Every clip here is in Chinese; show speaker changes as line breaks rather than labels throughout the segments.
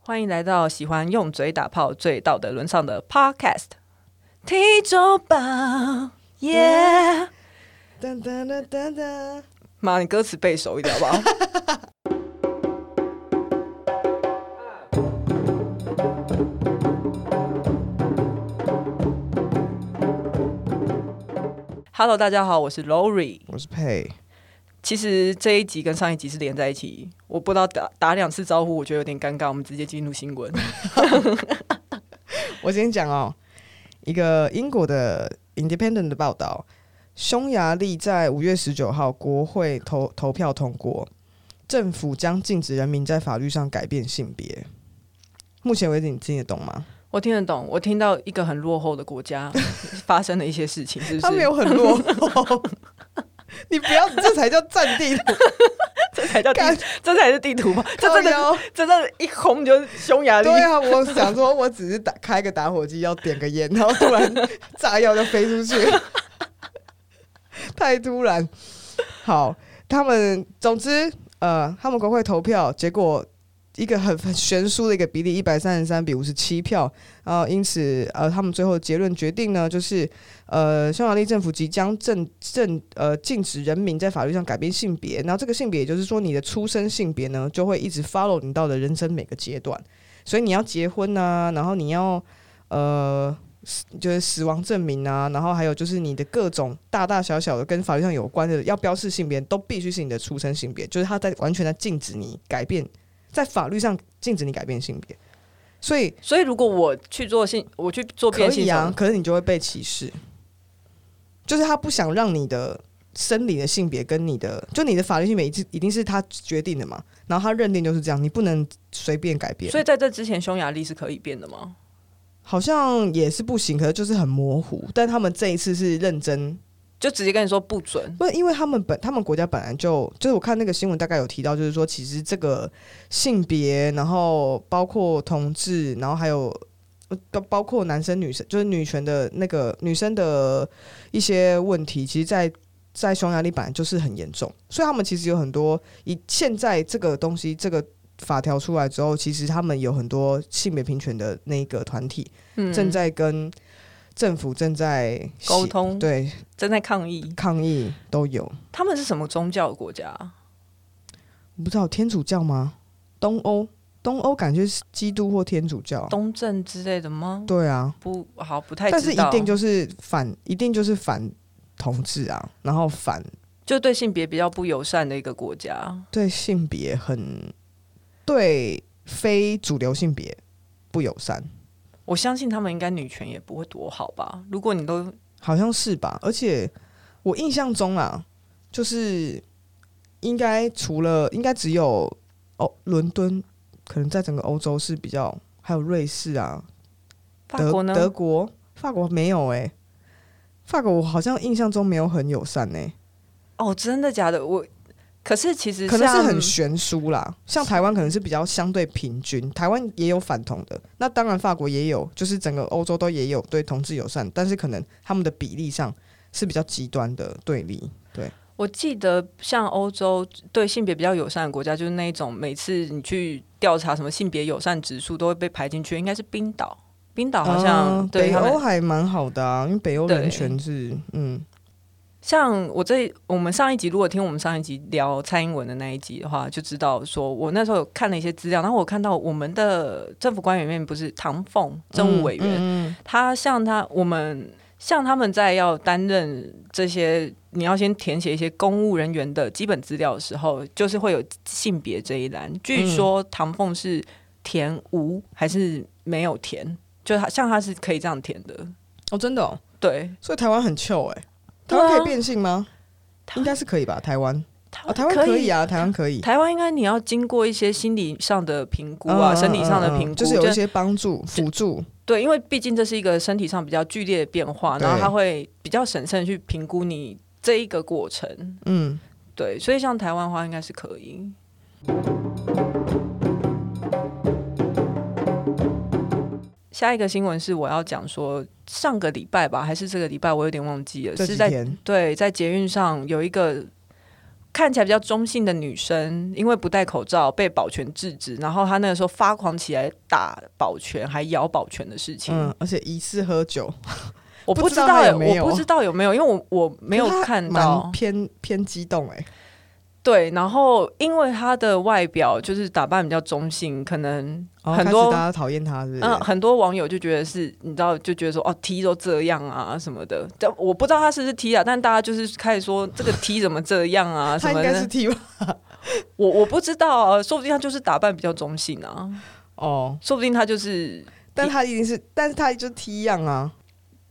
欢迎来到喜欢用嘴打炮、最道德沦丧的 Podcast。提走吧，耶、
噔噔噔噔噔，
嗯妈，你歌词背熟一点好不好？Hello，大家好，我是 Lori。
我是佩，
其实这一集跟上一集是连在一起，我不知道打打两次招呼，我觉得有点尴尬，我们直接进入新闻。
我先讲哦，一个英国的 Independent 的报道，匈牙利在五月十九号国会投投票通过，政府将禁止人民在法律上改变性别。目前为止，你听得懂吗？
我听得懂，我听到一个很落后的国 家发生了一些事情，是不
他
是？
没有很落后， 你不要，这才叫占 地图，
这才叫地
干，
这才是地图吧？这真的
靠腰
是，这真的，一轰就是匈牙利。
对啊，我想说，我只是打开个打火机要点个烟，然后突然炸药就飞出去，太突然。好，他们总之呃，他们国会投票结果。一个很很悬殊的一个比例，一百三十三比五十七票，然后因此呃，他们最后结论决定呢，就是呃，匈牙利政府即将正正呃禁止人民在法律上改变性别，然后这个性别也就是说你的出生性别呢，就会一直 follow 你到的人生每个阶段。所以你要结婚啊，然后你要呃，死就是死亡证明啊，然后还有就是你的各种大大小小的跟法律上有关的要标示性别，都必须是你的出生性别，就是他在完全在禁止你改变，在法律上禁止你改变性别，所以
所以如果我去做性，我去做
可
变性
以啊，
手
可是你就会被歧视，就是他不想让你的。生理的性别跟你的，就你的法律性别一定一定是他决定的嘛，然后他认定就是这样，你不能随便改变。
术，所以在这之前，匈牙利是可以变的吗？
好像也是不行，可是就是很模糊。但他们这一次是认真，
就直接跟你说不准。
不是因为他们本他们国家本来就就是我看那个新闻大概有提到，就是说其实这个性别，然后包括同志，然后还有包包括男生女生，就是女权的那个女生的一些问题，其实在，在匈牙利本来就是很严重，所以他们其实有很多以现在这个东西这个。法条出来之后，其实他们有很多性别平权的那个团体，
嗯，
正在跟政府正在
沟
协，
通，
对
正在抗议。
抗议都有。
他们是什么宗教的国家啊？
我不知道天主教吗？东欧，东欧感觉是基督或天主教。
东正之类的吗？
对啊，
不好，不太知道。
但是一定就是反，一定就是反同志啊，然后反
就对性别比较不友善的一个国家。
对性别很对非主流性别不友善，
我相信他们应该女权也不会多好吧？如果你都
好像是吧？而且我印象中啊，就是应该除了应该只有哦，伦敦可能在整个欧洲是比较，还有瑞士啊，
法
德
国呢？
德国、法国没有哎、法国我好像印象中没有很友善呢、欸
哦，真的假的？我可是其实
可能是
像
很悬殊啦。像台湾可能是比较相对平均，台湾也有反同的，那当然法国也有，就是整个欧洲都也有对同志友善，但是可能他们的比例上是比较极端的对立。
我记得像欧洲对性别比较友善的国家，就是那一种每次你去调查什么性别友善指数都会被排进去，应该是冰岛。冰岛好像、
啊
对
北
他
欧
们，
还蛮好的啊，因为北欧
对
人权是嗯
像我这我们上一集如果听我们上一集聊蔡英文的那一集的话，就知道说我那时候有看了一些资料，然后我看到我们的政府官员里面不是唐凤政务委员，
嗯嗯
他像他我们像他们在要担任这些，你要先填写一些公务人员的基本资料的时候，就是会有性别这一栏。
嗯
据说唐凤是填无还是没有填，就他像他是可以这样填的，
哦真的、哦，
对，
所以台湾很糗哎、台
对啊
湾可以变性吗？
台湾
应该是可以吧，台湾
台
啊，台湾可以。啊，台湾可以。
台湾应该你要经过一些心理上的评估啊，
嗯
身体上的
嗯嗯
评估，
就是有一些帮助、辅助。
对，因为毕竟这是一个身体上比较剧烈的变化，然后
对
他会比较审慎地去评估你这一个过程。
嗯，
对，所以像台湾的话应该是可以。下一个新闻是我要讲说，上个礼拜吧，还是这个礼拜，我有点忘记了，
这
是
几
在
天
对在捷运上有一个看起来比较中性的女生，因为不戴口罩被保全制止，然后她那个时候发狂起来打保全，还咬保全的事情，
嗯，而且疑似喝酒，
我不
不知道她
欸
有没有
我不知道有没有，因为我我没有
可是他
看
蛮
到。
偏偏激动哎、
对，然后因为她的外表就是打扮比较中性，可能
哦
很
开始
多
大家讨厌他是不是
嗯，很多网友就觉得是，你知道，就觉得说哦，T 都这样啊什么的。但我不知道他是不是 T 啊，但大家就是开始说这个 T 怎么这样 啊什
他
么
应该是
的。
T 吧？
我我不知道啊，说不定他就是打扮比较中性啊，
哦，
说不定他就是
但他一定是，但是他就 T 一样啊。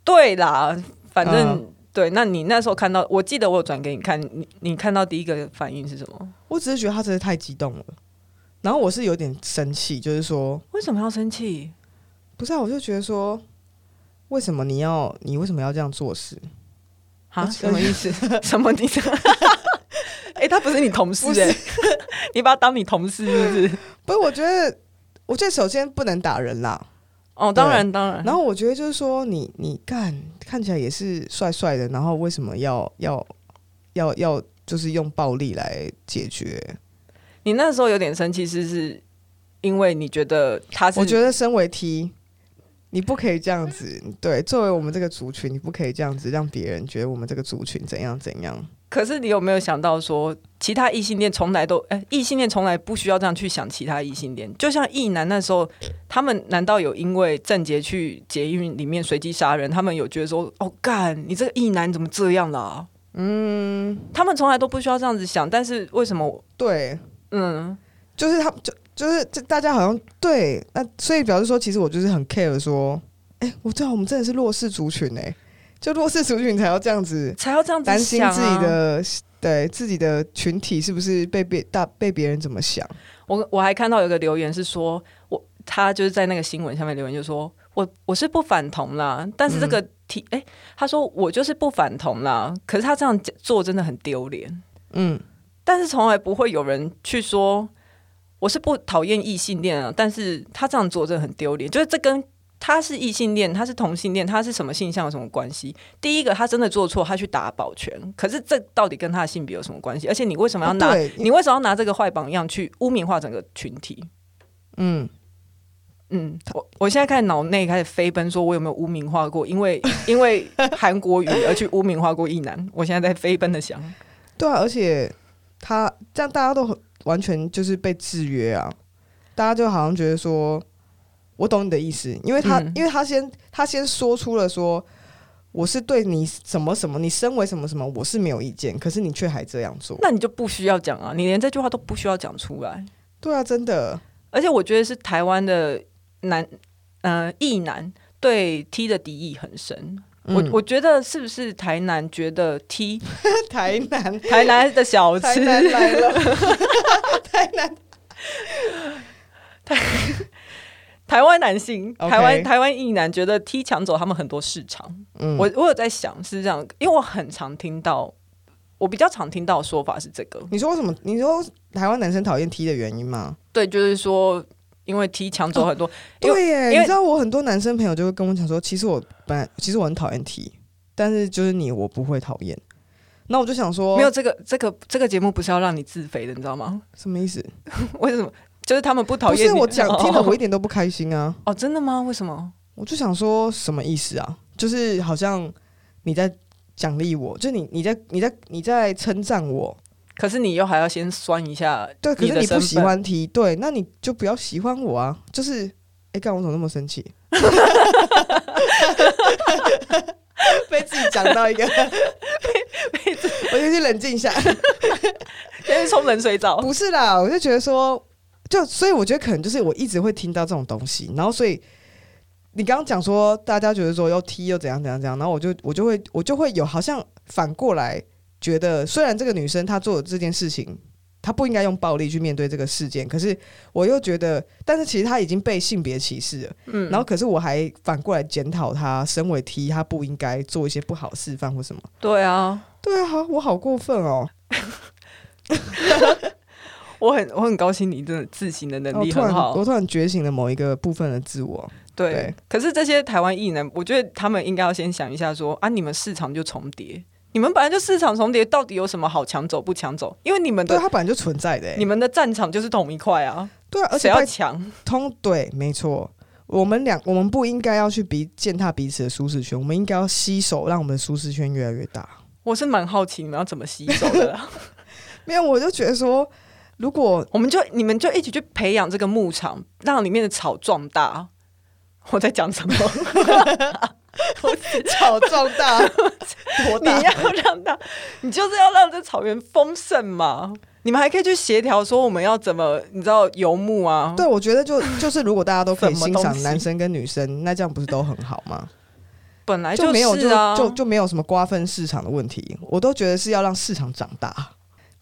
对啦，反正、
嗯
对。那你那时候看到，我记得我有转给你看，你你看到第一个反应是什么？
我只是觉得他真的太激动了，然后我是有点生气，就是说，
为什么要生气？
不是啊，我就觉得说，为什么你要，你为什么要这样做事？
啊？
我
什么意思？什么 意思？哎、他不是你同事
不是
哎、 你把他当你同事是不是？
不是，我觉得，我觉得首先不能打人啦，
哦，当然当然。
然后我觉得就是说你，你干看起来也是帅帅的，然后为什么要要要要就是用暴力来解决？
你那时候有点生气，是是因为你觉得他是？
我觉
得
得身为 T，你不可以这样子。对，作为我们这个族群，你不可以这样子让别人觉得我们这个族群怎样怎样。
可是你有没有想到说，其他异性恋从来都，哎、异性恋从来不需要这样去想其他异性恋。就像异男那时候，他们难道有因为郑杰去捷运里面随机杀人，他们有觉得说，哦，干，你这个异男怎么这样啦、嗯，他们从来都不需要这样子想，但是为什么？
对，
嗯，
就是他，就就是这大家好像对那，所以表示说，其实我就是很 care 说，哎、我知道我们真的是弱势族群哎、就弱势族群才要这样子
才要这样子
担心
想、啊、
自己的、对自己的群体是不是被别大被别人怎么想。
我我还看到有个留言是说，我他就是在那个新闻下面留言就说，我我是不反同啦，但是这个题，哎、他说我就是不反同啦，可是他这样讲做真的很丢脸，
嗯，
但是从来不会有人去说我是不讨厌异性恋啊，但是他这样做真的很丢脸，就是这跟。他是异性恋，他是同性恋，他是什么性向有什么关系？第一个，他真的做错，他去打保全，可是这到底跟他的性别有什么关系？而且你为什么要拿、
对，
你为什么要拿这个坏榜样去污名化整个群体？
嗯，
嗯，我我现在开始脑内开始飞奔，说我有没有污名化过？因为因为韩国语而去污名化过一男，我现在在飞奔的想，
对啊，而且他这样大家都很完全就是被制约啊，大家就好像觉得说，我懂你的意思，因为他、
嗯
因为他先他先说出了说。我是对你什么什么，你身为什么什么，我是没有意见，可是你却还这样做。
那你就不需要讲啊，你连这句话都不需要讲出来。
对啊，真的，
而且我觉得是台湾的男，呃，异男对 T 的敌意很深。我
嗯
我觉得是不是台南觉得 T
台南，
台南的小
台
吃
南来了， 台南，
台湾男性
OK
台湾台湾异男觉得 T 抢走他们很多市场。
嗯
我我有在想是这样，因为我很常听到，我比较常听到的说法是这个，
你说为什么？你说台湾男生讨厌 T 的原因吗？
对，就是说因为 T 抢走很
哦
多，因为
对耶，
因为
你知道我很多男生朋友就会跟我讲说，其实我本来其实我很讨厌 T，但是就是你我不会讨厌。那我就想说，
没有这个这个这个节目不是要让你自肥的，你知道吗？
什么意思？
为什么？就是他们不讨
不
厌
是
你
我讲
哦
听了我一点都不开心啊！
哦，真的吗？为什么？
我就想说什么意思啊？就是好像你在奖励我，就你你在你在你在称赞我，
可是你又还要先酸一下
对，可
你
是
的
你
身
不喜
份，
欢 T，对，那你就不要喜欢我啊！就是，哎、干我怎么那么 生气？ 被自己讲 到一个， 我先去冷静一下。
先冲冷水澡。
不是啦，我就觉得说，就所以我觉得可能就是我一直会听到这种东西，然后所以你刚刚讲说大家觉得说要踢又怎样怎样怎样，然后我就我就会我就会有好像反过来觉得，虽然这个女生她做的这件事情。她不应该用暴力去面对这个事件，可是我又觉得，但是其实她已经被性别歧视了，
嗯，
然后可是我还反过来检讨她，身为 T，她不应该做一些不好的示范或什么。
对啊，
对啊，我好过分哦！
我很我很高兴你真的自省的能
我
力
哦突然
很好。
我突然觉醒了某一个部分的自我。
对，
对
可是这些台湾艺人，我觉得他们应该要先想一下说啊，你们市场就重叠，你们本来就市场重叠，到底有什么好抢走不抢走？因为你们
对，
的
它本来就存在的、欸。
嗯你们的战场就是同一块啊，
对啊，而
谁
且
要
拜
抢？
通对，没错。我们两，我们不应该要去比践踏彼此的舒适圈，我们应该要携手，让我们的舒适圈越来越大。
我是蛮好奇你们要怎么吸收 的啦。
没有，我就觉得说，如果
我们就你们就一起去培养这个牧场，让里面的草壮大。我在讲 什么？
草壮大 多
你要让它，你就是要让这草原丰盛嘛。你们还可以去协调说我们要怎么，你知道游牧啊？
对，我觉得就就是，如果大家都可以
什么
欣
东
赏
西
男生跟女生，那这样不是都很好吗？
本来
就没有
是啊，
就就就没有什么瓜分市场的问题，我都觉得是要让市场长大，
哦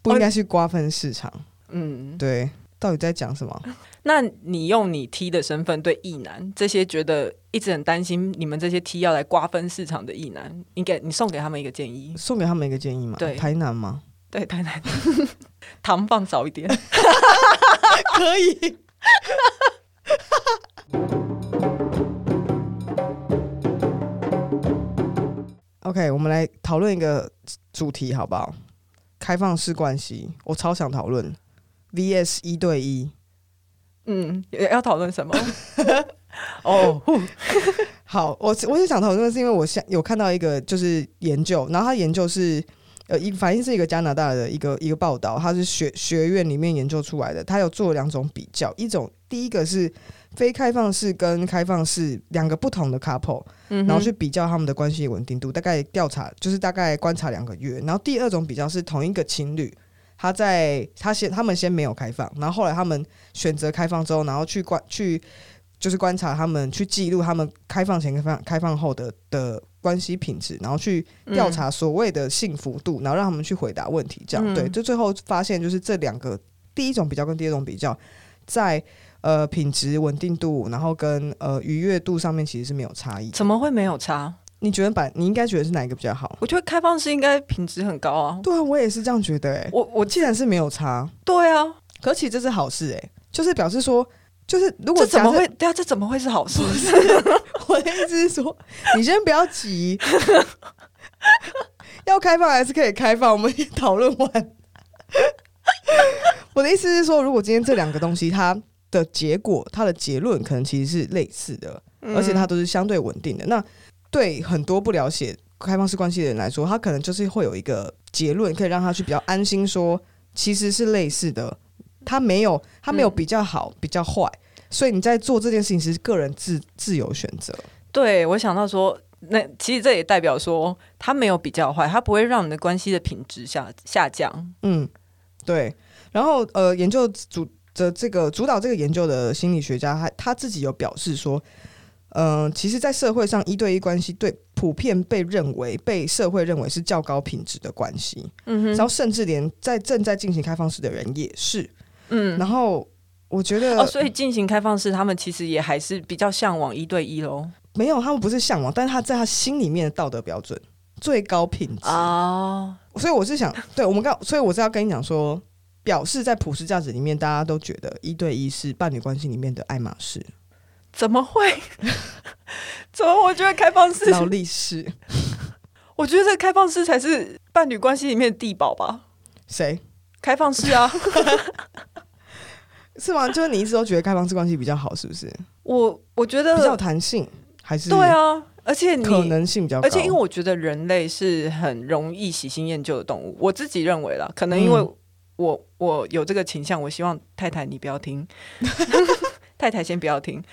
不应该去瓜分市场。
嗯。
对，到底在讲什么？
那你用你 T 的身份对异男这些觉得一直很担心你们这些 T 要来瓜分市场的异男，你给你送给他们一个建议，
送给他们一个建议嘛？
对
台南吗？
对太难， 糖放少 一点。
可以。OK，我们来讨论一个主题好不好？开放式关系，我超想讨论 VS 一对一。
嗯，也要讨论什么？哦，
好，我我也想讨论，是因为我想有看到一个就是研究，然后他研究是呃一反正是一个加拿大的一个一个报道，它是学学院里面研究出来的，它有做两种比较，一种第一个是非开放式跟开放式两个不同的 couple，
嗯哼
然后去比较他们的关系稳定度，大概调查就是大概观察两个月，然后第二种比较是同一个情侣。他在他先，他们先没有开放，然后后来他们选择开放之后，然后去观去就是观察他们，去记录他们开放前、开放开放后的的关系品质，然后去调查所谓的幸福度，然后让他们去回答问题，这样、
嗯
对。就最后发现，就是这两个第一种比较跟第二种比较，在呃品质稳定度，然后跟呃愉悦度上面其实是没有差异。
怎么会没有差？
你觉得把你应该觉得是哪一个比较好？
我觉得开放式应该品质很高啊。
对啊，我也是这样觉得、欸。
我我
既然是没有差，
对啊，
可其实这是好事哎、就是表示说，就是如果
这怎
假
么
设
会？ 对啊，这怎么会是好 事？
我的意思是说，你先不要急， 要开放还是可以开放，我们也讨论完。 我的意思是说，如果今天这两个东西它的结果、它的结论可能其实是类似的，
嗯
而且它都是相对稳定的。那对很多不了解开放式关系的人来说，他可能就是会有一个结论，可以让他去比较安心说其实是类似的。他没有，他没有
嗯
比较好，比较坏，所以你在做这件事情是个人自自由选择。
对我想到说，那其实这也代表说，他没有比较坏，他不会让你的关系的品质下下降。
嗯，对。然后呃，研究主的这个主导这个研究的心理学家，他他自己有表示说，嗯、其实，在社会上一对一关系对普遍被认为被社会认为是较高品质的关系，
嗯
然后甚至连在正在进行开放式的人也是。
嗯。
然后我觉得、
哦，所以进行开放式，他们其实也还是比较向往一对一喽。
没有，他们不是向往，但是他在他心里面的道德标准最高品质。
哦，
所以我是 想，对我们刚，所以我是要跟你讲说，表示在普世价值里面，大家都觉得一对一是伴侣关系里面的爱马仕、
怎么会？ 怎么？我觉得开放式，
劳 力士，
我觉得这开放式才是伴侣关系里面的地宝吧。
谁
开放式啊，
是吗？就是你一直都觉得开放式关系比较好，是不是？
我我觉
比较有
得
弹性，还是
呃对啊，而且你
可能性比较高？
而且因为我觉得人类是很容易喜新厌旧的动物，我自己认为啦，可能因为
嗯
我、我有这个倾向，我希望太太你不要 听，太太先不要听。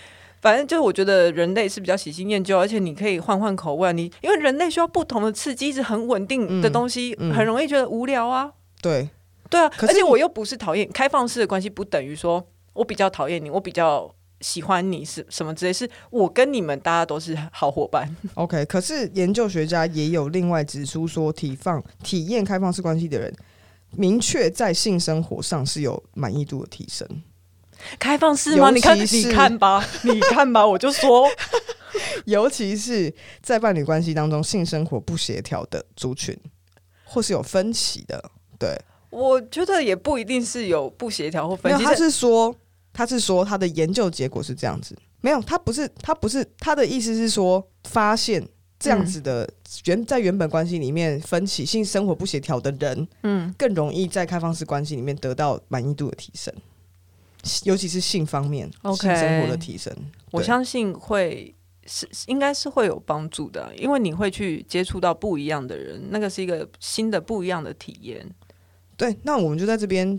反正就是我觉得人类是比较喜新厌旧，而且你可以换换口味啊。你因为人类需要不同的刺激，一直很稳定的
嗯
东西，
嗯
很容易觉得无聊啊。
对，
对啊，
可
而
是
且
你
我又不是讨厌开放式的关系，不等于说我比较讨厌你，我比较喜欢你是什么之类，是我跟你们大家都是好伙伴。
OK，可是研究学家也有另外指出说，体放体验开放式关系的人，明确在性生活上是有满意度的提升，
开放式吗？
尤
你看，
其是
你看 吧，你看吧，我就说，
尤其是在伴侣关系当中性生活不协调的族群，或是有分歧的。对，
我觉得也不一定是有不协调或
没
分
有，
歧，
他是说，他是说他的研究结果是这样子，没有，他不是，他不是，他的意思是说，发现这
嗯
样子的原在原本关系里面分歧性生活不协调的人，
嗯，
更容易在开放式关系里面得到满意度的提升，尤其是性方面
OK
性生活的提升。
我
对
相信会是是应该是会有帮助的，啊因为你会去接触到不一样的人，那个是一个新的不一样的体验。
对，那我们就在这边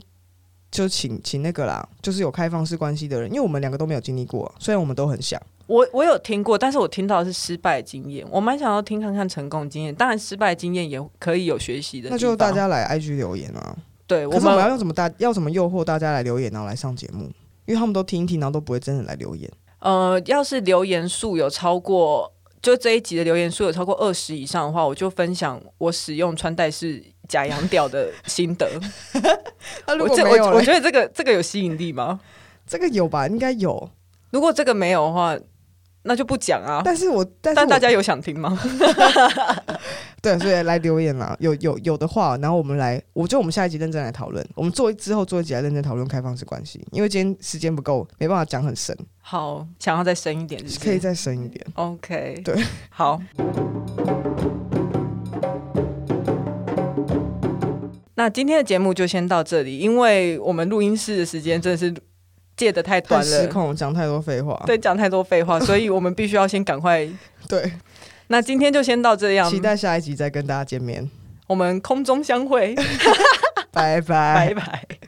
就请请那个啦，就是有开放式关系的人，因为我们两个都没有经历过，虽然我们都很想，
我我有听过，但是我听到的是失败经验，我蛮想要听看看成功经验。当然，失败经验也可以有学习的地方。
那就大家来 IG 留言啊。
对
可
我
是我们要
们
用怎么大要怎么诱惑大家来留言，然后来上节目，因为他们都听一听，然后都不会真的来留言。
呃，要是留言数有超过，就这一集的留言数有超过二十以上的话，我就分享我使用穿戴式假羊屌的心 得。
啊，如
我
果
这
没有
我我
嘞，
觉得这个这个有吸引力吗？
这个有吧？应该有，
如果这个没有的话，那就不讲啊。
但是我但是
但
我
大家有想听吗？
对，所以来留言啦，有有有的话，然后我们来，我觉得我们下一集认真来讨论，我们做之后做一集来认真讨论开放式关系，因为今天时间不够，没办法讲很深，
好，想要再深一点是不是，
可以再深一点。
嗯 OK，
对，
好。那今天的节目就先到这里，因为我们录音室的时间真的是借的太
太
短
失
了，
控，讲太多废话。
对，讲太多废 话，所以我们必须要先赶快。
对，
那今天就先到这样，
期待下一集再跟大家见面，
我们空中相会，
拜拜
拜拜。